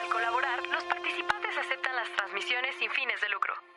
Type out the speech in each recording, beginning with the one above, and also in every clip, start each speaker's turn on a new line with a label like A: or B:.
A: Al colaborar, los participantes aceptan las transmisiones sin fines de lucro.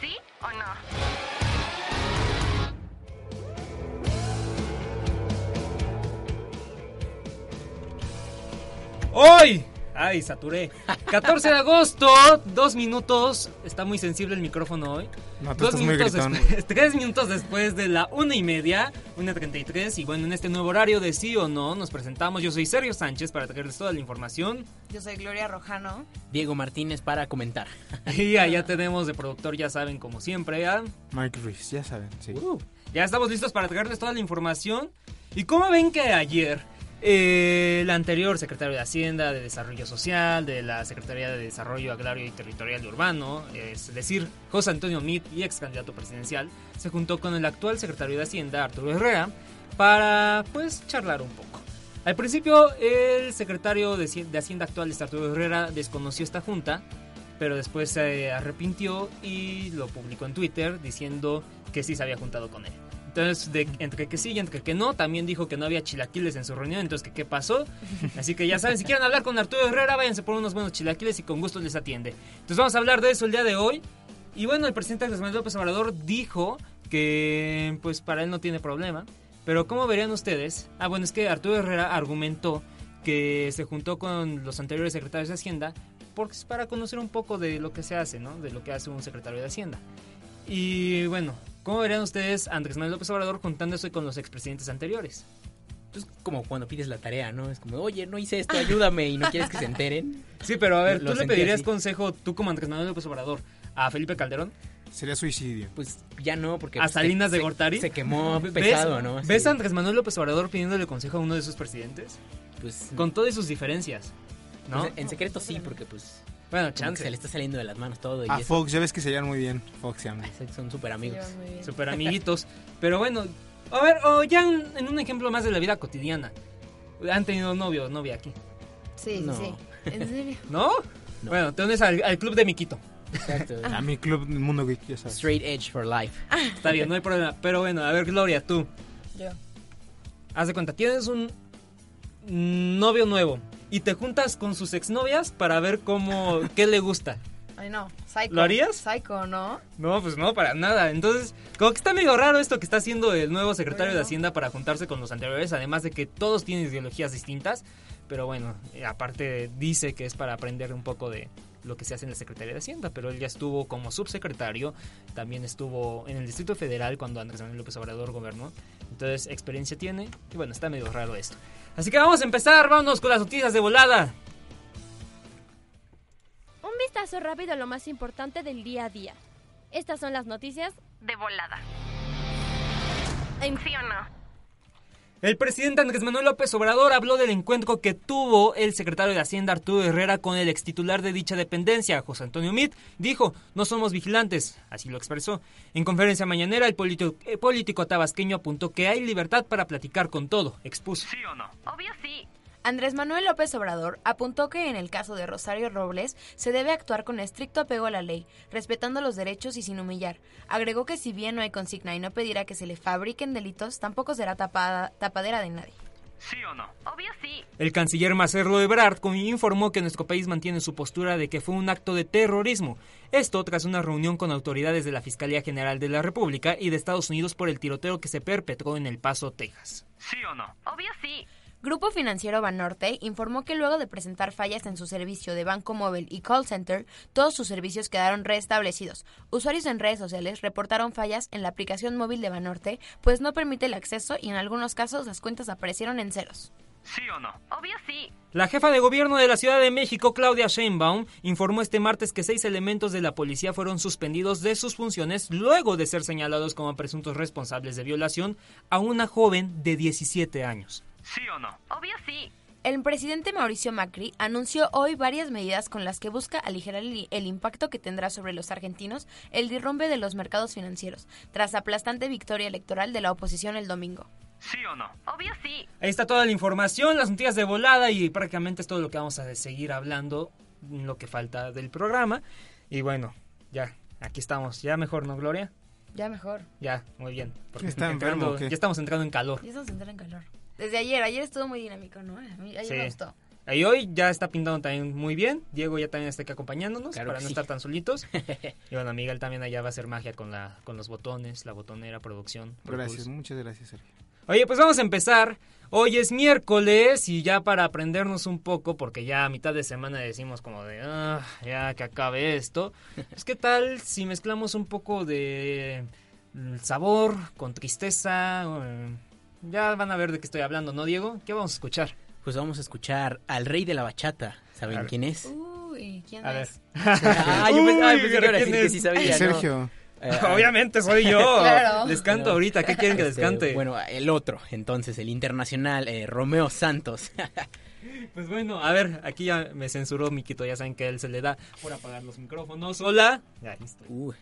A: ¿Sí o no?
B: Hoy, ay, saturé. 14 de agosto, dos minutos. Está muy sensible el micrófono hoy.
C: No, tú
B: Dos
C: estás muy
B: minutos
C: gritón.
B: después, tres minutos después de la una y media, una treinta y tres, y bueno, en este nuevo horario de sí o no, nos presentamos. Yo soy Sergio Sánchez para traerles toda la información.
D: Yo soy Gloria Rojano.
E: Diego Martínez para comentar.
B: Y allá tenemos de productor, ya saben, como siempre, ¿ah?
C: Mike Ruiz, ya saben, sí.
B: Uh. Ya estamos listos para traerles toda la información. Y como ven que ayer eh, el anterior secretario de Hacienda, de Desarrollo Social, de la Secretaría de Desarrollo Agrario y Territorial y Urbano, es decir, José Antonio Mit y ex candidato presidencial, se juntó con el actual secretario de Hacienda, Arturo Herrera, para pues charlar un poco. Al principio, el secretario de, Haci- de Hacienda actual, este Arturo Herrera, desconoció esta junta, pero después se arrepintió y lo publicó en Twitter diciendo que sí se había juntado con él. Entonces, de- entre que sí y entre que no, también dijo que no había chilaquiles en su reunión, entonces que qué pasó. Así que ya saben, si quieren hablar con Arturo Herrera, váyanse por unos buenos chilaquiles y con gusto les atiende. Entonces vamos a hablar de eso el día de hoy. Y bueno, el presidente Andrés Manuel López Obrador dijo que pues para él no tiene problema. Pero ¿cómo verían ustedes? Ah, bueno, es que Arturo Herrera argumentó que se juntó con los anteriores secretarios de Hacienda porque es para conocer un poco de lo que se hace, ¿no? De lo que hace un secretario de Hacienda. Y bueno, ¿cómo verían ustedes a Andrés Manuel López Obrador juntándose con los expresidentes anteriores?
E: Es Pues, como cuando pides la tarea, ¿no? Es como, oye, no hice esto, ayúdame y no quieres que se enteren.
B: Sí, pero a ver,
E: Lo
B: ¿tú le
E: sentí
B: pedirías
E: así.
B: consejo, tú como Andrés Manuel López Obrador, a Felipe Calderón?
C: Sería suicidio.
E: Pues ya no, porque.
B: ¿A
E: pues, se-
B: Salinas de
E: se-
B: Gortari?
E: Se quemó
B: ¿Ves-
E: Pues pesado, ¿no? Así,
B: ¿Ves a Andrés Manuel López Obrador pidiéndole consejo a uno de sus presidentes?
E: Pues,
B: Con todas sus diferencias, ¿no?
E: pues, en secreto sí, porque pues.
B: Bueno,
E: como que
B: chance.
E: Se le está saliendo de las manos todo y
C: A
E: eso.
C: Fox, ya ves que se llevan muy bien, Fox y AMLO.
E: Son súper amigos.
D: Sí, muy bien.
B: Super amiguitos. Pero bueno, a ver, o ya en, en un ejemplo más de la vida cotidiana. Han tenido novio o novia aquí,
D: Sí,
E: No.
D: sí. ¿En serio?
B: ¿no?
E: No.
B: Bueno, te unes al, al club de Miquito.
E: Exacto.
D: Ah.
C: A mi club Mundo Geek, ya sabes.
E: Straight edge for life.
B: Está bien, no hay problema. Pero bueno, a ver, Gloria, tú.
D: Yo.
B: Haz de cuenta, tienes un novio nuevo y te juntas con sus exnovias para ver cómo, qué le gusta.
D: Ay, no. Psycho.
B: ¿Lo harías?
D: Psycho, ¿no?
B: No, pues no, para nada. Entonces, como que está medio raro esto que está haciendo el nuevo secretario de
D: Bueno.
B: Hacienda para juntarse con los anteriores, además de que todos tienen ideologías distintas. Pero bueno, eh, aparte dice que es para aprender un poco de lo que se hace en la Secretaría de Hacienda, pero él ya estuvo como subsecretario, también estuvo en el Distrito Federal cuando Andrés Manuel López Obrador gobernó. Entonces, experiencia tiene y bueno, está medio raro esto. Así que vamos a empezar, vámonos con las noticias de volada.
F: Un vistazo rápido a lo más importante del día a día. Estas son las noticias
A: De volada.
F: en
A: ¿Sí o no?
B: El presidente Andrés Manuel López Obrador habló del encuentro que tuvo el secretario de Hacienda Arturo Herrera con el extitular de dicha dependencia, José Antonio Mit. Dijo, no somos vigilantes, así lo expresó. En conferencia mañanera, el polito- eh, político tabasqueño apuntó que hay libertad para platicar con todo, expuso.
A: ¿Sí o no? Obvio sí.
D: Andrés Manuel López Obrador apuntó que en el caso de Rosario Robles se debe actuar con estricto apego a la ley, respetando los derechos y sin humillar. Agregó que si bien no hay consigna y no pedirá que se le fabriquen delitos, tampoco será tapada- tapadera de nadie.
A: ¿Sí o no? Obvio sí.
B: El canciller Marcelo Ebrard con- informó que nuestro país mantiene su postura de que fue un acto de terrorismo. Esto tras una reunión con autoridades de la Fiscalía General de la República y de Estados Unidos por el tiroteo que se perpetró en El Paso, Texas.
A: ¿Sí o no? Obvio sí.
D: Grupo Financiero Banorte informó que luego de presentar fallas en su servicio de banco móvil y call center, todos sus servicios quedaron restablecidos. Usuarios en redes sociales reportaron fallas en la aplicación móvil de Banorte, pues no permite el acceso y en algunos casos las cuentas aparecieron en ceros.
A: ¿Sí o no? Obvio sí.
B: La jefa de gobierno de la Ciudad de México, Claudia Sheinbaum, informó este martes que seis elementos de la policía fueron suspendidos de sus funciones luego de ser señalados como presuntos responsables de violación a una joven de 17 años.
A: ¿Sí o no?
F: Obvio sí.
D: El presidente Mauricio Macri anunció hoy varias medidas con las que busca aligerar el, el impacto que tendrá sobre los argentinos el derrumbe de los mercados financieros, tras aplastante victoria electoral de la oposición el domingo.
A: ¿Sí o no?
F: Obvio sí.
B: Ahí está toda la información, las noticias de volada y prácticamente es todo lo que vamos a seguir hablando, lo que falta del programa. Y bueno, ya, aquí estamos. Ya mejor, ¿no, Gloria?
D: Ya mejor.
B: Ya, muy bien. Porque
C: ¿Está enfermo
B: entrando-
C: o qué?
B: ya estamos entrando en calor.
D: Ya estamos entrando en calor. Desde ayer, ayer estuvo muy dinámico, ¿no? A mí- Ayer
B: Sí.
D: me gustó.
B: Y hoy ya está pintando también muy bien. Diego ya también está aquí acompañándonos
E: Claro
B: para
E: que
B: no
E: sí.
B: estar tan solitos. y bueno, Miguel también allá va a hacer magia con la con los botones, la botonera, producción. Pro
C: Gracias,
B: Tools.
C: muchas gracias, Sergio.
B: Oye, pues vamos a empezar. Hoy es miércoles y ya para aprendernos un poco, porque ya a mitad de semana decimos como de, "Ah, ya que acabe esto. Pues qué tal si mezclamos un poco de mm, sabor con tristeza. eh, ya van a ver de qué estoy hablando, ¿no, Diego? ¿Qué vamos a escuchar?
E: Pues vamos a escuchar al rey de la bachata. ¿Saben
B: Claro.
E: quién es?
D: Uy, ¿quién
B: A ver.
D: es?
E: Ah, yo pensé, ay,
B: Uy,
E: pensé que iba a
B: ¿quién
E: decir que
B: es?
E: sí sabía. ¿no?
C: Sergio,
E: Eh,
B: Obviamente soy yo.
D: Claro.
B: Les canto ahorita. ¿Qué quieren que les
E: este,
B: cante?
E: Bueno, el otro, entonces, el internacional, eh, Romeo Santos.
B: Pues bueno, a ver, aquí ya me censuró Miquito. Ya saben que a él se le da por apagar los micrófonos. Hola. Ya, listo.
E: Uh,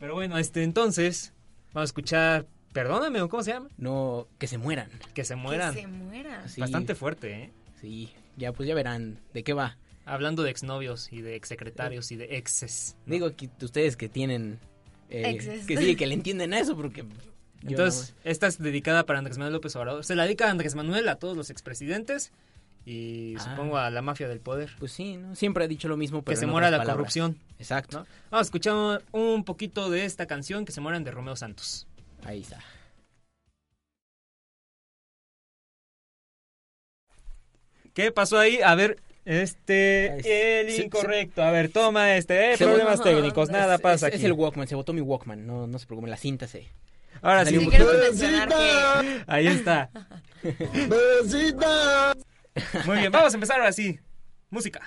B: Pero bueno, este, entonces, vamos a escuchar. Perdóname, ¿o ¿cómo se llama?
E: no, que se mueran.
B: Que se
D: Que
B: mueran.
D: se
B: Ah.
D: muera.
E: Sí,
B: Bastante fuerte, ¿eh?
E: Sí, ya pues ya verán de qué va.
B: Hablando de exnovios y de exsecretarios y de exes. ¿no?
E: Digo que ustedes que tienen... eh,
D: Exes.
E: que sí, que le entienden a eso porque... yo
B: Entonces, esta es dedicada para Andrés Manuel López Obrador. Se la dedica a Andrés Manuel, a todos los expresidentes y
E: Ah.
B: supongo a la mafia del poder.
E: no- pues sí, ¿no? siempre ha dicho lo mismo, pero
B: que se
E: en
B: muera
E: otras
B: la
E: palabras.
B: corrupción.
E: Exacto,
B: ¿no? Vamos a escuchar un poquito de esta canción que se mueran de Romeo Santos.
E: ahí está.
B: ¿Qué pasó ahí? A ver, este.
E: Ay, se-
B: el
E: se-
B: incorrecto. A ver, toma este. eh,
E: se-
B: problemas
E: no,
B: técnicos,
E: no,
B: nada
E: es-
B: pasa
E: es-
B: aquí.
E: Es el Walkman, se botó mi Walkman, no, no se preocupen, la cinta se...
B: Ahora
E: salió
B: sí.
E: un
D: Si
E: poquito-
D: queremos mencionar que
B: Ahí está. Muy bien, vamos a empezar ahora sí. Música.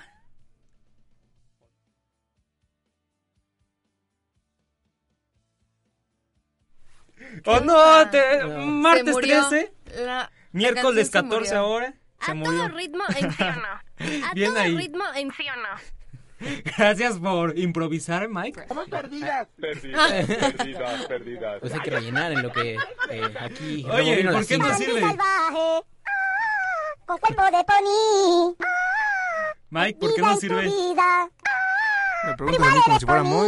B: ¡Oh, no! te-
E: No.
D: se
B: martes
D: murió
B: 13,
D: la-
B: miércoles
D: canción se
B: 14
D: murió.
B: ahora. Se
F: A
B: murió.
F: todo ritmo en sí o no. A
B: Bien
F: todo
B: ahí.
F: ritmo en sí o no.
B: Gracias por improvisar, Mike.
E: Pues hay que rellenar en lo que eh, aquí...
B: Oye,
E: removieron la
B: ¿por qué no
E: cinta.
B: sirve? Ah, Mike, ¿por qué no sirve?
C: me preguntas a mí como si fuera muy.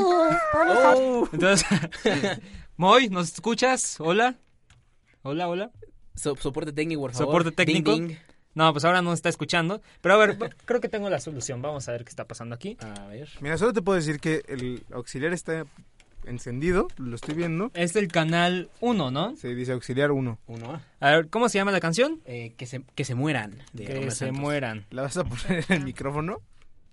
E: Oh,
B: Entonces, Moy, ¿nos escuchas? Hola. Hola, hola.
E: so- soporte técnico, por favor.
B: Soporte técnico.
E: Ding, ding.
B: No, pues ahora no está escuchando. Pero a ver, creo que tengo la solución. Vamos a ver qué está pasando aquí.
E: A ver.
C: Mira, solo te puedo decir que el auxiliar está encendido, lo estoy viendo.
B: Es el canal 1, ¿no?
C: Se dice auxiliar 1.
E: Uno, ah.
B: A ver, ¿cómo se llama la canción?
E: Eh, que, se, que se mueran. de
B: que
E: Romeo
B: se
E: Santos.
B: mueran.
C: ¿La vas a poner en el micrófono?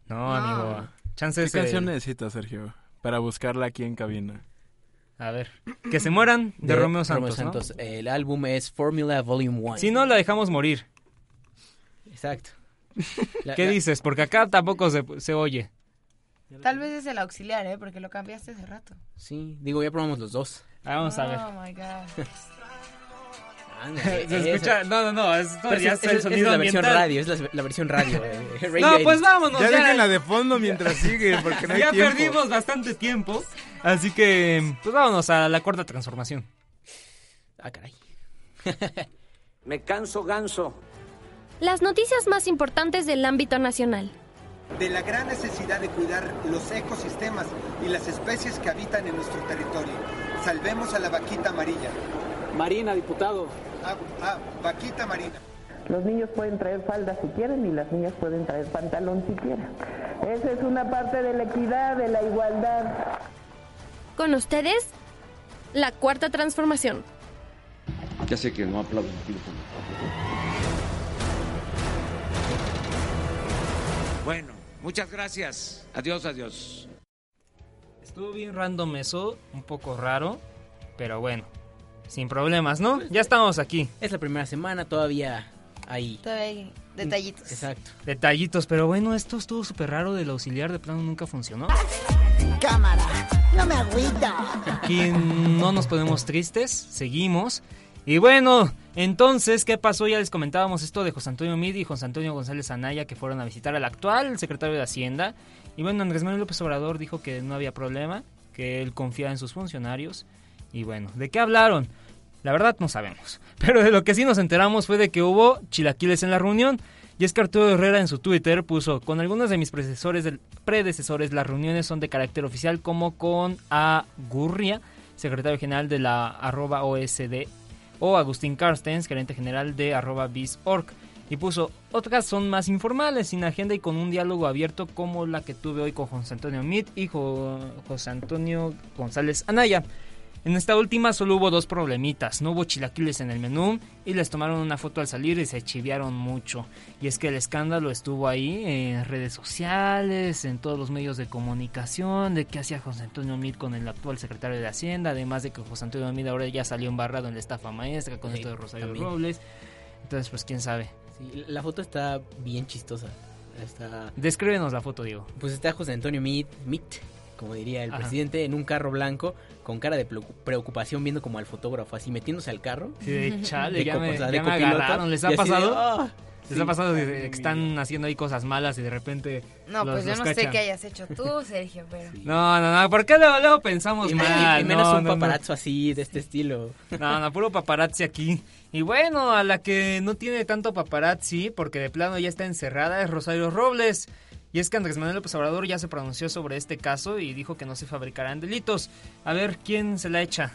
B: No, amigo. Chances
G: ¿Qué canción necesitas, Sergio? Para buscarla aquí en cabina.
B: A ver. Que se mueran de, Romeo Santos, ¿no?
E: El álbum es Formula Volume 1.
B: Si no, la dejamos morir.
E: Exacto. La-
B: ¿Qué
E: la-
B: dices? Porque acá tampoco se, se oye.
D: Tal vez es el auxiliar, ¿eh? Porque lo cambiaste hace rato.
E: Sí, digo, ya probamos los dos.
B: Ah, Vamos a ver.
D: Oh, my God.
E: Ándale,
B: Se
E: esa.
B: escucha. No, no, no. Esto
E: Ah. Pero
B: ya
E: esa-
B: es el
E: esa- esa es
B: sonido
E: la versión
B: ambiental.
E: radio, es la, la versión radio. eh,
B: No,
E: radio
B: pues
E: edit.
B: vámonos.
C: ya
B: ya.
C: déjenla de fondo mientras sigue, porque no hay
B: ya
C: tiempo.
B: perdimos bastante tiempo. Así que, pues vámonos a la cuarta transformación.
E: Ah, caray.
H: Me canso ganso.
F: Las noticias más importantes del ámbito nacional.
H: De la gran necesidad de cuidar los ecosistemas y las especies que habitan en nuestro territorio. Salvemos a la vaquita amarilla. Marina, diputado. Ah, ah, vaquita marina.
I: Los niños pueden traer falda si quieren y las niñas pueden traer pantalón si quieren. Esa es una parte de la equidad, de la igualdad.
F: Con ustedes, la cuarta transformación.
G: Ya sé que no aplaudo.
J: Bueno, muchas gracias. Adiós, adiós.
B: Estuvo bien random eso, un poco raro, pero bueno, sin problemas, ¿no? Ya estamos aquí.
E: Es la primera semana, todavía ahí.
D: Todavía hay detallitos.
E: Exacto.
B: Detallitos, pero bueno, esto estuvo súper raro del auxiliar, de plano nunca funcionó.
K: Cámara, no me agüita.
B: Aquí no nos ponemos tristes, seguimos. Y bueno, entonces, ¿qué pasó? Ya les comentábamos esto de José Antonio Midi y José Antonio González Anaya que fueron a visitar al actual secretario de Hacienda. Y bueno, Andrés Manuel López Obrador dijo que no había problema, que él confiaba en sus funcionarios. Y bueno, ¿de qué hablaron? La verdad no sabemos. Pero de lo que sí nos enteramos fue de que hubo chilaquiles en la reunión. Y es que Arturo Herrera en su Twitter puso, con algunos de mis predecesores, del- predecesores las reuniones son de carácter oficial como con A. Gurria, secretario general de la arroba OSD, o Agustín Carstens, gerente general de arroba BizOrg. Y puso, otras son más informales, sin agenda y con un diálogo abierto como la que tuve hoy con José Antonio Mit y Jo- José Antonio González Anaya. En esta última solo hubo dos problemitas, no hubo chilaquiles en el menú y les tomaron una foto al salir y se chiviaron mucho. Y es que el escándalo estuvo ahí en redes sociales, en todos los medios de comunicación, de qué hacía José Antonio Mid con el actual secretario de Hacienda, además de que José Antonio Mid ahora ya salió embarrado en la estafa maestra con
E: Sí,
B: esto de Rosario
E: también.
B: Robles. Entonces, pues quién sabe.
E: Sí, la foto está bien chistosa. Está...
B: Descríbenos la foto, Diego.
E: Pues está José Antonio Mit, Mit, como diría el
B: Ajá.
E: presidente, en un carro blanco con cara de preocu- preocupación viendo como al fotógrafo, así metiéndose al carro.
B: Sí, de chale,
E: De
B: ya
E: copo-
B: me,
E: o sea, de
B: ya me
E: copiloto,
B: agarraron. ¿Les
E: y
B: ha
E: así de,
B: pasado?
E: "Ah".
B: ¿Les
E: Sí.
B: ha pasado de- de que están haciendo ahí cosas malas y de repente.
D: No,
B: los-
D: pues yo
B: los
D: no sé
B: cachan?
D: qué hayas hecho tú, Sergio, pero...
B: No, no, no, ¿por qué luego, luego pensamos
E: Y,
B: mal?
E: y- y menos
B: No,
E: un
B: no, no.
E: paparazzo así, de este estilo.
B: No, no, puro paparazzi aquí. Y bueno, a la que no tiene tanto paparazzi, porque de plano ya está encerrada, es Rosario Robles. Y es que Andrés Manuel López Obrador ya se pronunció sobre este caso y dijo que no se fabricarán delitos. A ver, ¿quién se la echa?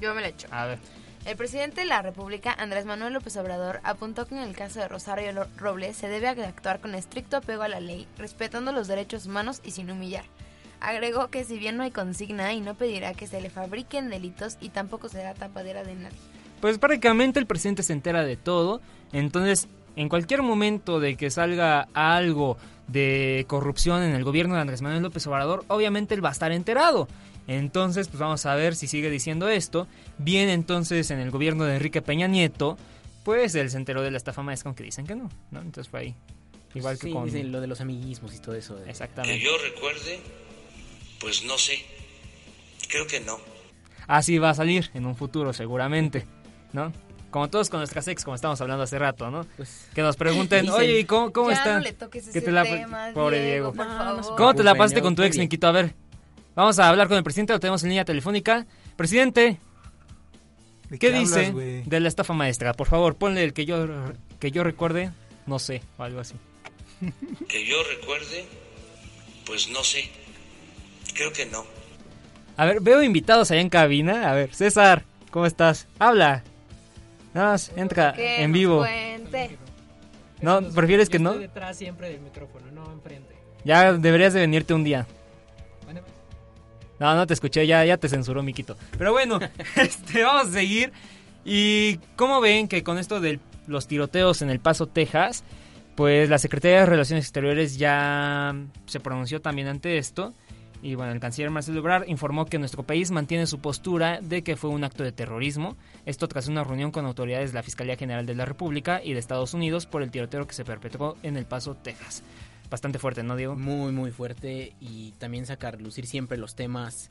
D: Yo me lo echo.
B: A ver.
D: El presidente de la República, Andrés Manuel López Obrador, apuntó que en el caso de Rosario Lo- Robles se debe actuar con estricto apego a la ley, respetando los derechos humanos y sin humillar. Agregó que si bien no hay consigna y no pedirá que se le fabriquen delitos y tampoco será tapadera de nadie.
B: Pues prácticamente el presidente se entera de todo. Entonces, en cualquier momento de que salga algo de corrupción en el gobierno de Andrés Manuel López Obrador, obviamente él va a estar enterado. Entonces, pues vamos a ver si sigue diciendo esto. Bien, entonces en el gobierno de Enrique Peña Nieto, pues él se enteró de la estafa maestra, aunque dicen que no, ¿no? Entonces fue ahí. Igual que
E: Sí,
B: con...
E: dicen lo de los amiguismos y todo eso. de-
B: Exactamente.
L: Que yo recuerde, pues no sé. Creo que no.
B: Así va a salir en un futuro seguramente, ¿no? Como todos con nuestras ex, como estábamos hablando hace rato, ¿no?
E: pues,
B: que nos pregunten,
D: Dicen,
B: oye, ¿y cómo, cómo
D: "Ya
B: está?
D: no le toques
B: ¿Qué
D: ese tema,
B: Pobre
D: Diego,
B: Diego.
D: por No, no se favor".
B: ¿Cómo te la
D: preocupe,
B: pasaste
D: Diego,
B: con tu
D: muy
B: ex,
D: bien.
B: Niquito? A ver, vamos a hablar con el presidente, lo tenemos en línea telefónica. Presidente, ¿qué,
M: qué hablas,
B: dice
M: güey?
B: de la estafa maestra? Por favor, ponle el que yo, que yo recuerde, no sé, o algo así.
L: Que yo recuerde, pues no sé. Creo que no.
B: A ver, veo invitados allá en cabina. A ver, César, ¿cómo estás? Habla. Nada más, entra
N: Que
B: en
N: nos
B: vivo.
N: cuente.
B: No, prefieres
N: Yo
B: que no.
N: Estoy detrás siempre del micrófono, no enfrente.
B: Ya deberías de venirte un día.
N: Bueno,
B: No, no te escuché, ya, ya te censuró Miquito. Pero bueno, este, vamos a seguir. Y como ven que con esto de los tiroteos en El Paso, Texas, pues la Secretaría de Relaciones Exteriores ya se pronunció también ante esto. Y bueno, el canciller Marcelo Ebrard informó que nuestro país mantiene su postura de que fue un acto de terrorismo. Esto tras una reunión con autoridades de la Fiscalía General de la República y de Estados Unidos por el tiroteo que se perpetró en El Paso, Texas. Bastante fuerte, ¿no, Diego?
E: Muy, muy fuerte. Y también sacar, lucir siempre los temas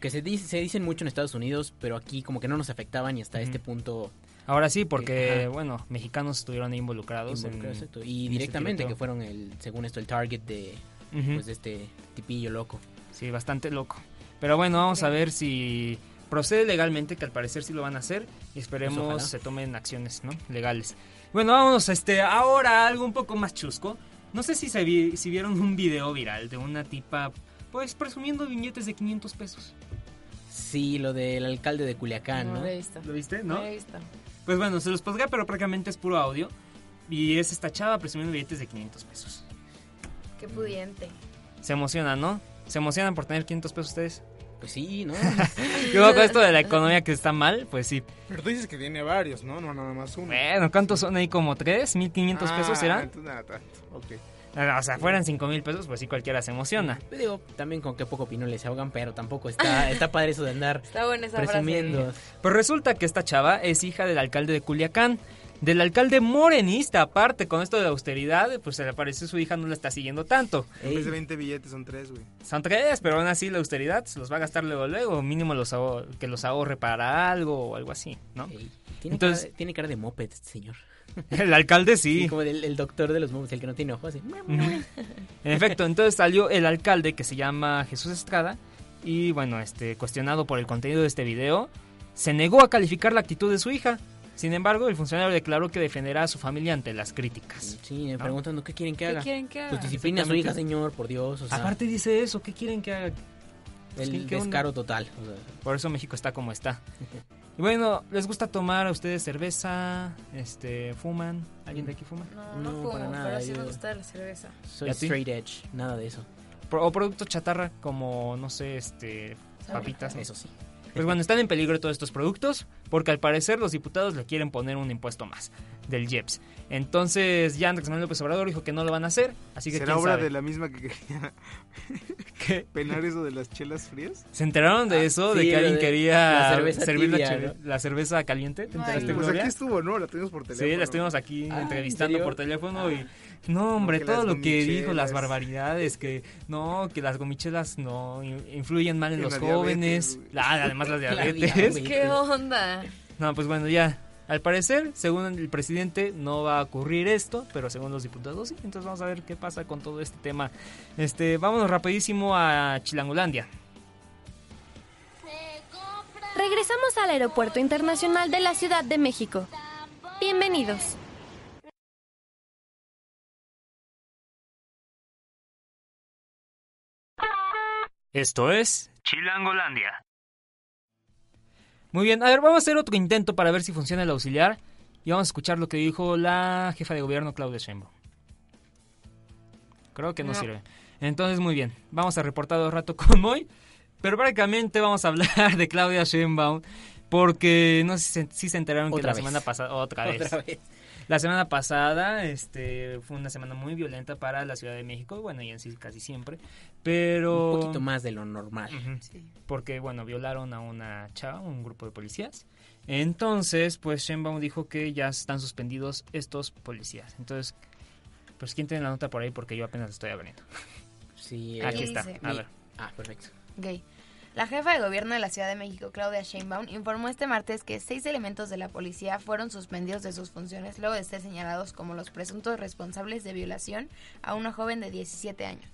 E: que se, dice- se dicen mucho en Estados Unidos, pero aquí como que no nos afectaban y hasta
B: Ujú.
E: este punto
B: Ahora sí, porque,
E: Ajá.
B: bueno, mexicanos estuvieron ahí involucrados. en-
E: involucrados, exacto.
B: en
E: Y
B: ese
E: directamente que
B: tiroteo.
E: fueron, el según esto, el target de,
B: Ujú.
E: pues, de este tipillo loco.
B: Sí, bastante loco. Pero bueno, vamos a ver si procede legalmente, que al parecer sí lo van a hacer. Y esperemos
E: Pues ojalá.
B: se tomen acciones ¿no? legales. Bueno, vámonos este, ahora a algo un poco más chusco. No sé si, se vi- si vieron un video viral de una tipa, pues presumiendo billetes de 500 pesos.
E: Sí, lo del alcalde de Culiacán, ¿no?
B: ¿Lo viste? Ah, ¿No? Pues bueno, se los pondré, pero prácticamente es puro audio. Y es esta chava presumiendo billetes de 500 pesos.
D: Qué pudiente.
B: Se emocionan, ¿no? ¿Se emocionan por tener 500 pesos ustedes?
E: Pues sí, ¿no?
B: Yo con esto de la economía que está mal, pues sí.
C: Pero tú dices que tiene varios, ¿no? No, nada más uno.
B: Bueno, ¿cuántos son ahí? ¿Como tres? ¿1500 pesos
C: Ah,
B: serán?
C: entonces nada tanto. Ok.
B: O sea, fueran 5 mil pesos, pues sí cualquiera se emociona.
E: Yo digo, también con qué poco pino les ahogan, pero tampoco está, está padre eso de andar
D: Está buena esa
E: presumiendo.
D: frase.
B: Pues resulta que esta chava es hija del alcalde de Culiacán. Del alcalde morenista, aparte, con esto de austeridad, pues se le apareció su hija, no la está siguiendo tanto.
C: En vez de 20 billetes son 3, güey.
B: Son tres, pero aún así la austeridad se los va a gastar luego, luego. Mínimo los ahor- que los ahorre para algo o algo así, ¿no?
E: Tiene,
B: Entonces-
E: cara, tiene cara de moped, este señor.
B: El alcalde sí.
E: como el, el doctor de los mopeds, el que no tiene ojos. así.
B: En efecto, entonces salió el alcalde que se llama Jesús Estrada y bueno, este cuestionado por el contenido de este video, se negó a calificar la actitud de su hija. Sin embargo, el funcionario declaró que defenderá a su familia ante las críticas.
E: Sí, me preguntan, ¿qué quieren que haga?
B: quieren que haga?
E: Pues disciplina a su hija,
B: Exactamente.
E: señor, por Dios. o sea,
B: Aparte dice eso, ¿qué quieren que haga? Pues,
E: el
B: ¿qué onda?
E: descaro total. o sea.
B: Por eso México está como está. Y bueno, ¿les gusta tomar a ustedes cerveza? Este, ¿Fuman? ¿Alguien de aquí fuma?
D: No, no, fumo, pero sí me gusta la cerveza.
E: Soy
B: ¿Y a ti?
E: straight edge, nada de eso.
B: Pro- o productos chatarra como, no sé, este,
E: Sabe
B: papitas.
E: mejor. Eso sí.
B: Pues bueno, están en peligro todos estos productos porque al parecer los diputados le quieren poner un impuesto más del IEPS. Entonces ya Andrés Manuel López Obrador dijo que no lo van a hacer, así que
C: ¿Será
B: quién
C: obra
B: sabe.
C: de la misma que quería penar eso de las chelas frías?
B: ¿Se enteraron de eso?
C: Ah, sí,
B: ¿De que
C: lo
B: alguien
C: de
B: quería
C: la cerveza
B: servir la
C: tibia,
B: cher- la cerveza caliente? ¿Te enteraste,
C: pues
B: Gloria?
C: aquí estuvo, ¿no? La tuvimos por teléfono.
B: Sí, la estuvimos aquí
C: Ah, ¿en
B: entrevistando
C: serio? Ah,
B: por teléfono y... No, hombre,
C: que
B: todo
C: las
B: lo que dijo, las
C: gomichelas.
B: barbaridades, que no, que las gomichelas no in- influyen mal en,
C: En
B: los
C: la
B: jóvenes,
C: diabetes,
B: la- además las diabetes.
D: ¿Qué onda?
B: No, pues bueno, ya. Al parecer, según el presidente, no va a ocurrir esto, pero según los diputados sí. Entonces vamos a ver qué pasa con todo este tema. Este, vámonos rapidísimo a Chilangolandia.
F: Regresamos al Aeropuerto Internacional de la Ciudad de México. Bienvenidos.
B: Esto es Chilangolandia. Muy bien, a ver, vamos a hacer otro intento para ver si funciona el auxiliar y vamos a escuchar lo que dijo la jefa de gobierno Claudia Sheinbaum. Creo que no,
M: No.
B: sirve. Entonces, muy bien, vamos a reportar un rato con Moy, pero prácticamente vamos a hablar de Claudia Sheinbaum porque no sé si se, si se enteraron que
E: Otra
B: la
E: vez.
B: semana pasada otra vez.
E: Otra vez.
B: La semana pasada este fue una semana muy violenta para la Ciudad de México, bueno, y en sí casi siempre, pero
E: Un poquito más de lo normal.
B: Ujú. Porque, bueno, violaron a una chava, un grupo de policías. Entonces, pues Sheinbaum dijo que ya están suspendidos estos policías. Entonces, pues ¿quién tiene la nota por ahí? Porque yo apenas la estoy abriendo.
E: Sí,
B: Aquí
D: eh,
B: está,
D: dice.
B: a
D: Mi-
B: ver.
E: Ah, perfecto.
D: Gay. La jefa de gobierno de la Ciudad de México, Claudia Sheinbaum, informó este martes que seis elementos de la policía fueron suspendidos de sus funciones luego de ser señalados como los presuntos responsables de violación a una joven de 17 años.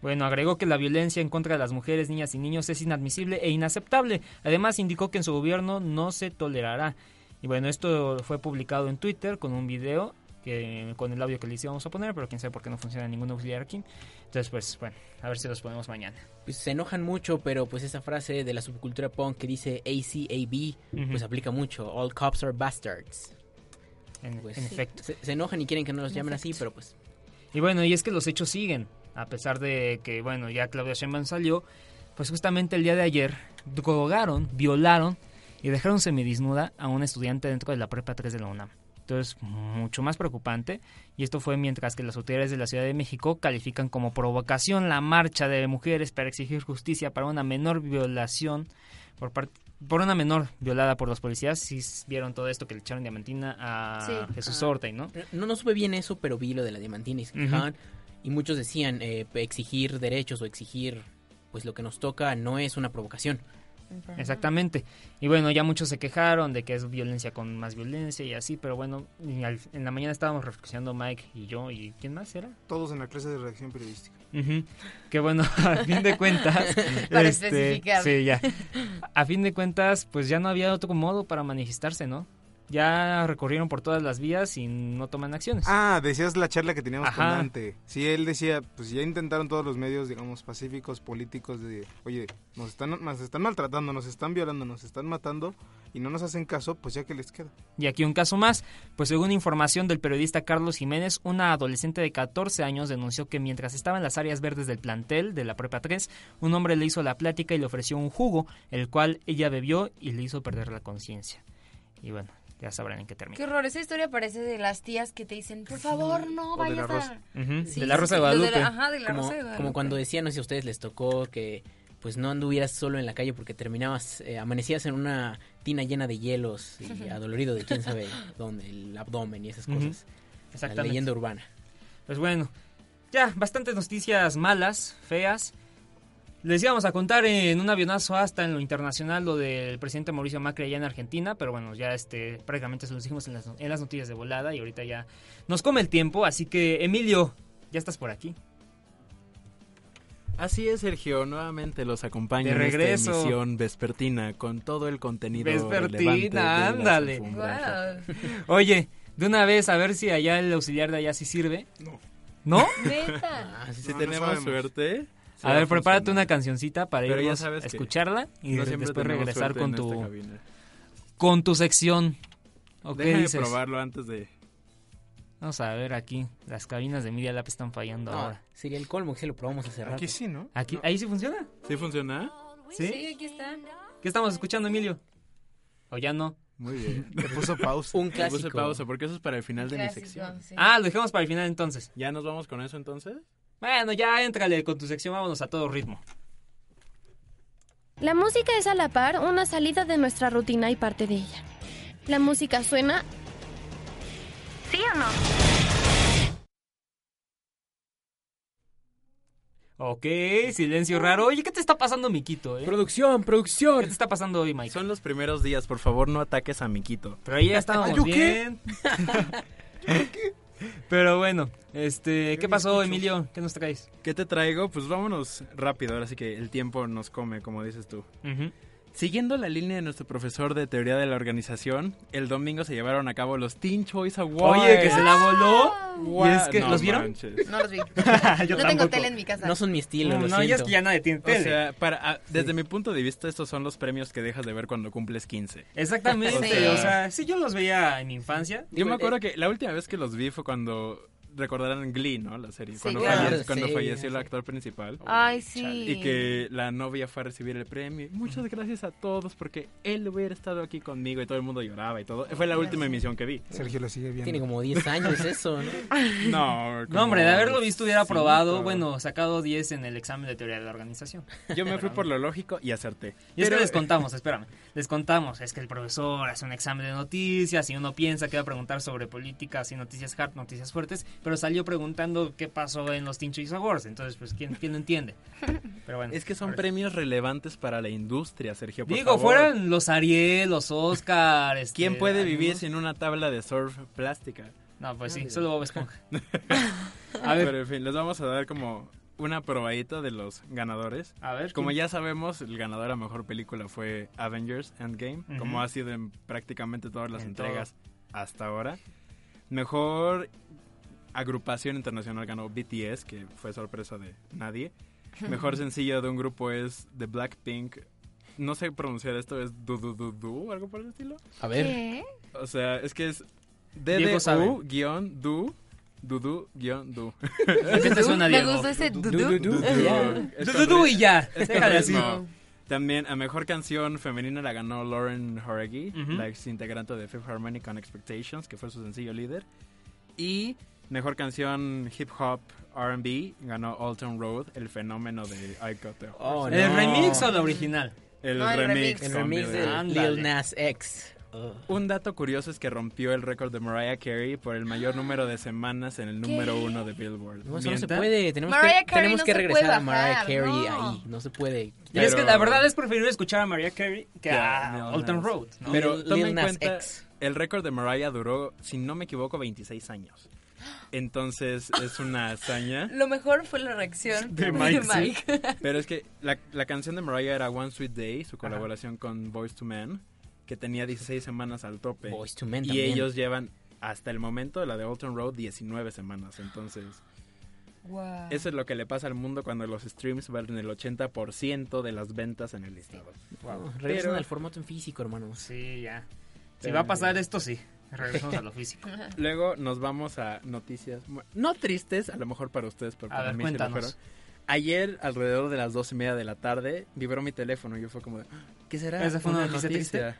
B: Bueno, agregó que la violencia en contra de las mujeres, niñas y niños es inadmisible e inaceptable. Además, indicó que en su gobierno no se tolerará. Y bueno, esto fue publicado en Twitter con un video que con el audio que les íbamos a poner, pero quién sabe por qué no funciona ningún auxiliar aquí. Entonces, pues bueno, a ver si los ponemos mañana.
E: Pues se enojan mucho, pero pues esa frase de la subcultura punk que dice ACAB,
B: Ujú.
E: pues aplica mucho. All cops are bastards.
B: En,
E: Pues,
B: en
E: sí.
B: efecto.
E: Se, se enojan y quieren que no los
B: En
E: llamen así, pero pues
B: Y bueno, y es que los hechos siguen, a pesar de que, bueno, ya Claudia Sheinbaum salió, pues justamente el día de ayer drogaron, violaron y dejaron semidisnuda a una estudiante dentro de la prepa 3 de la UNAM. Entonces, mucho más preocupante. Y esto fue mientras que las autoridades de la Ciudad de México califican como provocación la marcha de mujeres para exigir justicia para una menor violación por parte por una menor violada por los policías. Si vieron todo esto que le echaron diamantina a
E: Sí.
B: Jesús Ortey, ¿no?
E: No, no supe bien eso, pero vi lo de la diamantina y se
B: Ujú.
E: quejaban. Y muchos decían, eh, exigir derechos o exigir pues lo que nos toca no es una provocación.
B: Exactamente. Y bueno, ya muchos se quejaron de que es violencia con más violencia y así, pero bueno, y al- en la mañana estábamos reflexionando Mike y yo y ¿quién más era?
C: Todos en la clase de redacción periodística.
B: Ujú. Que bueno, a fin de cuentas. este,
C: Para especificar.
B: Sí, ya. A fin de cuentas, pues ya no había otro modo para manifestarse, ¿no? Ya recorrieron por todas las vías y no toman acciones.
C: Ah, decías la charla que teníamos con
B: Ajá.
C: Dante. Sí, él decía, pues ya intentaron todos los medios, digamos, pacíficos, políticos, de, oye, nos están, nos están maltratando, nos están violando, nos están matando y no nos hacen caso, pues ya que les queda.
B: Y aquí un caso más, pues según información del periodista Carlos Jiménez, una adolescente de 14 años denunció que mientras estaba en las áreas verdes del plantel de la prepa 3, un hombre le hizo la plática y le ofreció un jugo, el cual ella bebió y le hizo perder la conciencia. Y bueno, ya sabrán en qué termina.
D: Qué horror, esa historia parece de las tías que te dicen, por favor, no
B: O de la
D: vayas a...
B: Rosa. Ujú, de la Rosa de Guadalupe.
D: Los de la- ajá, de la
E: como,
D: Rosa de Guadalupe.
E: Como cuando decían, no sé si a ustedes les tocó que pues no anduvieras solo en la calle porque terminabas, eh, amanecías en una tina llena de hielos y
D: Ujú.
E: adolorido de quién sabe dónde, el abdomen y esas
B: Ujú.
E: cosas. La
B: Exactamente.
E: leyenda urbana.
B: Pues bueno, ya, bastantes noticias malas, feas. Les íbamos a contar en un avionazo hasta en lo internacional lo del presidente Mauricio Macri allá en Argentina, pero bueno, ya este prácticamente se los dijimos en las, no- en las noticias de volada y ahorita ya nos come el tiempo, así que Emilio, ya estás por aquí.
G: Así es, Sergio. Nuevamente los acompaño
B: De
G: en
B: regreso.
G: esta emisión vespertina con todo el contenido relevante de
B: Vespertina,
G: las
B: ándale.
G: alfombras.
B: Oye, de una vez a ver si allá el auxiliar de allá sí sirve. No. ¿No?
D: Neta.
G: Si
B: No, no
G: Ah, tenemos
B: sabemos.
G: suerte. ¿eh? se
B: A
G: va
B: ver,
G: funcionar.
B: prepárate una cancioncita para
G: Pero ya
B: irnos
G: sabes
B: a
G: que
B: escucharla y
G: no
B: re-
G: siempre
B: después
G: tenemos
B: regresar
G: suerte
B: con
G: en este esta
B: tu
G: cabina.
B: con tu sección. ¿O qué
G: Déjame
B: dices?
G: probarlo antes de...
B: Vamos a ver aquí, las cabinas de Media Lab están fallando
E: No,
B: ahora.
E: sería el colmo que se lo probamos hace rato.
B: Aquí sí, ¿no? Aquí, ahí sí funciona.
G: ¿Sí funciona?
B: ¿Sí?
D: Sí, aquí está.
B: ¿Qué estamos escuchando, Emilio? ¿O ya no?
G: Muy bien. Le puso pausa.
B: Un
G: Le puse
B: clásico.
G: pausa porque eso es para el final de
B: Clásico,
G: mi sección.
D: sí.
B: Ah, lo dejamos para el final entonces.
G: ¿Ya nos vamos con eso entonces?
B: Bueno, ya éntrale con tu sección, vámonos a todo ritmo.
F: La música es a la par una salida de nuestra rutina y parte de ella. La música suena... ¿Sí o no?
B: Ok, silencio raro. Oye, ¿qué te está pasando, Miquito? Producción, producción. ¿Qué te está pasando hoy, Mike?
G: Son los primeros días, por favor, no ataques a Miquito.
B: Pero ahí ya estábamos
G: Ay, ¿yo qué?
B: bien. Pero bueno, este, ¿qué pasó, Emilio? ¿Qué nos traes?
G: ¿Qué te traigo? Pues vámonos rápido, ahora sí que el tiempo nos come, como dices tú.
B: Ujú.
G: Siguiendo la línea de nuestro profesor de teoría de la organización, el domingo se llevaron a cabo los Teen Choice Awards.
B: Oye, que se la voló.
G: Guau,
B: Y es que,
G: no
B: ¿los vieron?
G: manches.
D: No los vi. no
B: Yo
D: tengo
G: tampoco.
D: tele en mi casa.
G: No son mi estilo,
B: Mm,
G: lo
B: no, ya es
G: siento.
B: que ya nadie tiene tele.
G: O sea, para, ah, desde mi punto de vista, estos son los premios que dejas de ver cuando cumples 15.
B: Exactamente,
G: O sea,
B: o sea, sí yo los veía en mi infancia. Eh,
G: Yo me acuerdo que la última vez que los vi fue cuando recordarán Glee, ¿no? La serie.
B: Sí,
G: cuando
B: claro.
G: falle- cuando
B: Sí,
G: falleció el actor principal.
D: Ay, sí.
G: Y que la novia fue a recibir el premio. Muchas gracias a todos porque él hubiera estado aquí conmigo y todo el mundo lloraba y todo. Fue la última emisión que vi.
E: Sergio
G: lo sigue
E: viendo. Tiene como 10 años eso, ¿no?
G: No,
B: No, hombre, de
G: como
B: haberlo visto hubiera
G: cinco.
B: aprobado, bueno, sacado 10 en el examen de teoría de la organización.
G: Yo me fui por lo lógico y acerté.
B: Y es que
G: Pero- eh,
B: les contamos, espérame, les contamos, es que el profesor hace un examen de noticias y uno piensa que va a preguntar sobre políticas y noticias hard, noticias fuertes, pero salió preguntando qué pasó en los Teen Choice Awards, entonces pues quién, quién lo entiende. Pero bueno.
G: Es que son
B: ahora sí.
G: premios relevantes para la industria, Sergio. por
B: Digo,
G: favor.
B: fueran los Ariel, los Oscar, este,
G: ¿Quién puede vivir
B: algunos-
G: sin una tabla de surf plástica?
B: No, pues sí, solo Bob Esponja.
G: A ver. Pero en fin, les vamos a dar como una probadita de los ganadores.
B: A ver.
G: Como
B: ¿quién?
G: ya sabemos, el ganador a mejor película fue Avengers Endgame,
B: Ujú.
G: como ha sido en prácticamente todas las
B: En
G: entregas hasta ahora. Mejor agrupación internacional ganó BTS, que fue sorpresa de nadie. Mejor sencillo de un grupo es The Blackpink. No sé pronunciar esto, es du du du du, algo por el estilo.
E: A ver. ¿Qué?
G: O sea, es que es
B: Diego sabe.
G: DDU guión du du du guión du.
B: qué te suena, Me Diego? gustó ese
G: Du, du,
B: du,
G: du,
B: du.
G: du, du.
B: Ya.
G: Es
B: Du,
G: con
B: du, du y
G: rit-
B: ya.
G: es con
E: Este
B: Déjale así.
G: ritmo. También a mejor canción femenina la ganó Lauren Horegi,
B: Ujú.
G: la ex integrante de Fifth Harmonic on Expectations, que fue su sencillo líder. Y mejor canción hip hop RB ganó Old Town Road, el fenómeno de I Got the Horse.
E: Oh,
B: ¿El
E: no.
B: remix o la original?
G: El No, el remix. remix.
E: El remix de
G: Ándale.
E: Lil Nas X. Oh.
G: Un dato curioso es que rompió el récord de Mariah Carey por el mayor número de semanas en el número
E: ¿Qué?
G: uno de Billboard.
E: No, eso no se
G: ¿Mienta?
E: puede. Tenemos
D: Mariah
E: que,
D: Carey
E: tenemos
D: no
E: que
D: se puede
E: regresar a Mariah
D: bajar,
E: Carey
D: no.
E: ahí. No se puede.
B: Y es que la
G: Pero-
B: verdad es preferible escuchar a Mariah Carey que
G: Ya,
B: a
G: Lil
B: Old Town
G: Nas.
B: Road. ¿no?
G: Pero tomen en cuenta, el récord de Mariah duró, si no me equivoco, 26 años. Entonces es una hazaña.
D: Lo mejor fue la reacción
G: De Mike, sí. Pero es que la, la canción de Mariah era One Sweet Day, su colaboración con Boys to Men, que tenía 16 semanas al tope.
E: Boyz II Men
G: Y
E: también.
G: ellos llevan hasta el momento, la de Alton Road, 19 semanas. Entonces,
D: Guau.
G: eso es lo que le pasa al mundo cuando los streams valen el 80% de las ventas en el listado.
E: Wow.
G: Pero-
E: Regresan al formato en físico, hermano.
B: Sí, ya. Si va a pasar esto, sí. Regresamos a lo físico.
G: Luego nos vamos a noticias, mu- no tristes, a lo mejor para ustedes, pero
B: A
G: para
B: ver,
G: mí sí lo
B: cuéntanos.
G: fueron. Ayer, alrededor de las dos y media de la tarde, vibró mi teléfono y yo fue como, de, ¿qué será?
B: ¿Esa fue una noticia triste?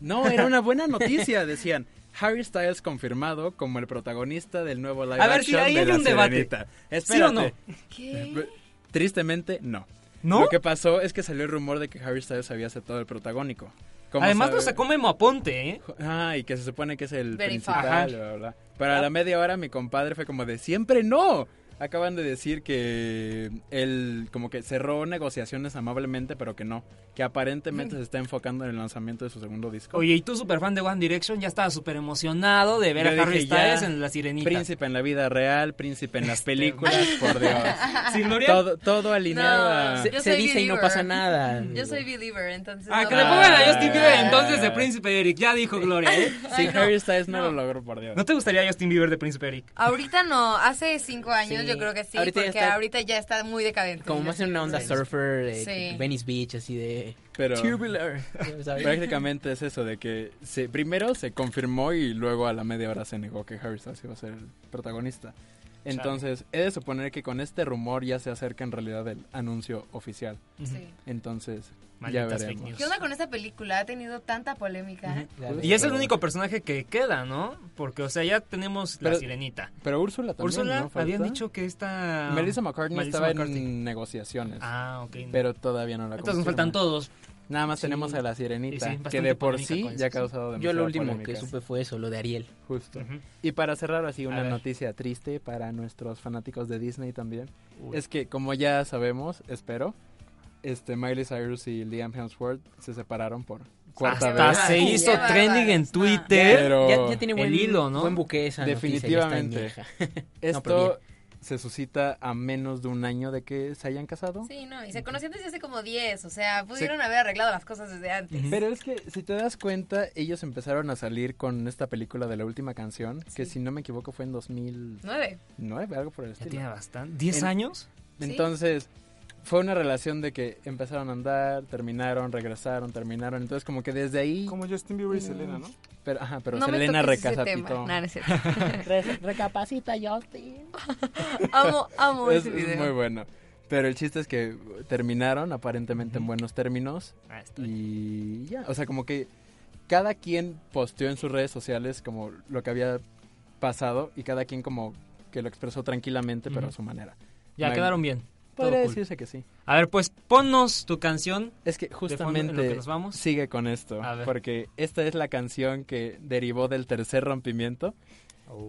G: No, era una buena noticia, decían. Harry Styles confirmado como el protagonista del nuevo live
B: A ver, sí,
G: action
B: ahí
G: de
B: hay
G: La
B: un debate.
G: Sirenita.
B: ¿Sí o no?
G: Espérate. Eh, Tristemente, no.
B: ¿No?
G: Lo que pasó es que salió el rumor de que Harry Styles había aceptado el protagónico. ¿Cómo
B: Además lo
G: sabe?
B: sacó Memo Aponte, ¿eh?
G: Ah, y que se supone que es el
B: Verified.
G: principal.
B: Ajá.
G: bla, bla, bla. Para la media hora mi compadre fue como de siempre no. Acaban de decir que él como que cerró negociaciones amablemente, pero que no. Que aparentemente se está enfocando en el lanzamiento de su segundo disco.
B: Oye, y tú, super fan de One Direction, ya estaba súper emocionado de ver
G: Yo
B: a Harry
G: dije,
B: Styles
G: ya,
B: en La Sirenita.
G: Príncipe en la vida real, príncipe en las
B: Este,
G: películas, por Dios.
B: Sí, Gloria.
G: Todo, todo alineado a-
B: se- se dice y no pasa nada.
D: Yo soy believer, entonces.
B: Ah,
D: no
B: que le
D: me-
B: pongan a Justin
G: Ah.
B: Bieber entonces de Príncipe Eric, ya dijo Gloria, ¿eh?
G: Sí, Harry Styles no, lo logró, por Dios.
B: ¿No te gustaría Justin Bieber de Príncipe Eric?
D: Ahorita no, hace cinco años
E: Sí.
D: yo creo que sí,
E: Ahorita ya
D: porque
E: está-
D: ahorita ya está muy decadente.
E: Como más en una onda surfer, de
D: Sí.
E: Venice Beach, así de...
G: Pero
E: Tubular. ya sabes.
G: prácticamente es eso, de que se, primero se confirmó y luego a la media hora se negó que Harry Styles iba a ser el protagonista. Entonces, he de suponer que con este rumor ya se acerca en realidad el anuncio oficial.
D: Sí.
G: Entonces,
B: Malditas
G: ya
B: fake
G: veremos.
D: ¿Qué onda con esta película? Ha tenido tanta polémica.
B: Y es el único personaje que queda, ¿no? Porque, o sea, ya tenemos La
G: Pero-
B: Sirenita.
G: Pero Úrsula también,
B: Úrsula,
G: ¿no? Falta.
B: habían dicho que esta...
G: Melissa McCartney
B: Melissa
G: estaba
B: McCartney.
G: en negociaciones.
B: Ah, ok.
G: Pero todavía no la
B: Entonces nos
G: confirman.
B: faltan todos.
G: Nada más
B: Sí.
G: tenemos a la
B: Sí, sí,
G: sirenita,
B: bastante
G: que de por
B: polémica
G: sí
B: con
G: ya ha
B: eso,
G: causado
E: Yo lo
G: demasiada
E: último
G: polémica.
E: que supe fue eso, lo de Ariel.
G: Justo.
E: Ujú.
G: Y para cerrar así
E: A
G: una
E: ver.
G: noticia triste para nuestros fanáticos de Disney también,
E: Uy.
G: es que como ya sabemos, espero, este Miley Cyrus y Liam Hemsworth se separaron por cuarta
B: Hasta
G: vez.
B: se hizo trending en Twitter.
G: Pero
B: Ya- ya tiene buen-
G: el hilo, ¿no?
B: buen buque esa noticia, ya está
G: Definitivamente.
E: añeja. No, pero
G: Esto se suscita a menos de un año de que se hayan casado.
D: Sí, no, y se conocían desde hace como 10, o sea, pudieron haber arreglado las cosas desde antes.
G: Pero es que si te das cuenta, ellos empezaron a salir con esta película de la última canción, que si no me equivoco fue en 2009,
D: Nueve.
G: algo por el estilo.
B: tiene bastante. ¿Diez
G: En-
B: años?
D: Sí.
G: Entonces, fue una relación de que empezaron a andar, terminaron, regresaron, terminaron, entonces como que desde ahí... Como
C: Justin Bieber y Selena, ¿no?
G: Pero, ajá, pero
D: No me
G: Selena
D: toques ese tema.
G: recapacitó.
D: Nah, no es cierto.
E: Re- Recapacita, Justin.
D: Amo, amo
G: es,
D: ese
G: es
D: video.
G: muy bueno. Pero el chiste es que terminaron aparentemente en buenos términos. y ya. O sea, como que cada quien posteó en sus redes sociales como lo que había pasado y cada quien como que lo expresó tranquilamente, pero a
B: Ujú.
G: su manera.
B: Ya
G: Me-
B: quedaron bien. Todo
G: Podría
B: cool.
G: decirse que sí.
B: A ver, pues ponnos tu canción.
G: Es que
B: en lo
G: Justamente
B: que nos vamos.
G: sigue con esto,
B: A ver.
G: porque esta es la canción que derivó del tercer rompimiento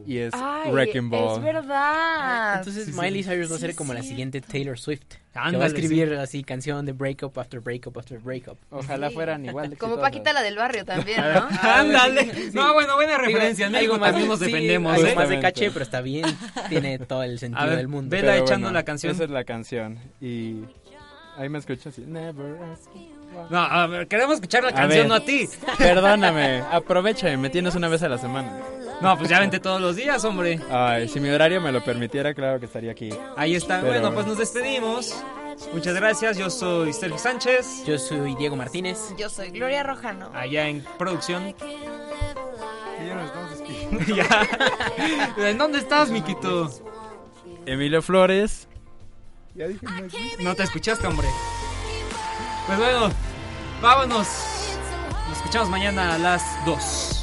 G: y es
D: Ay,
G: Wrecking Ball.
D: Es verdad.
E: Ah, Entonces Miley Cyrus va a ser como la siguiente Taylor Swift. que va a
G: Ándale,
E: escribir así canción de breakup after breakup after breakup.
G: Ojalá
D: Sí.
G: fueran igual. de
D: Como
G: exitosas.
D: Paquita la del barrio también, ¿no?
G: Ah,
B: Ándale. No, bueno, buena
E: Digo,
B: referencia. En
E: algo
B: México
E: más-
B: también nos
E: sí,
B: defendemos.
E: algo
B: ¿eh?
E: más de caché, pero está bien. Tiene todo el sentido
G: A ver,
E: del mundo.
G: Pero bueno, Esa es la canción. Y ahí me escuchas. y- Never ask you
B: No, a ver, queremos escuchar la
G: A
B: canción,
G: ver,
B: no a ti.
G: Perdóname, aprovecha, me tienes una vez a la semana.
B: No, pues ya vente todos los días, hombre.
G: Ay, si mi horario me lo permitiera, claro que estaría aquí.
B: Ahí está.
G: Pero-
B: Bueno, pues nos despedimos. Muchas gracias. Yo soy Sergio Sánchez.
E: Yo soy Diego Martínez.
D: Yo soy Gloria Rojano.
B: Allá en producción.
C: Ya nos estamos despidiendo.
B: ya. ¿En dónde estás, Miquito?
G: Emilio Flores.
C: Ya dije, no es-
B: No te escuchaste, hombre. Pues bueno, vámonos. Nos escuchamos mañana a las 2.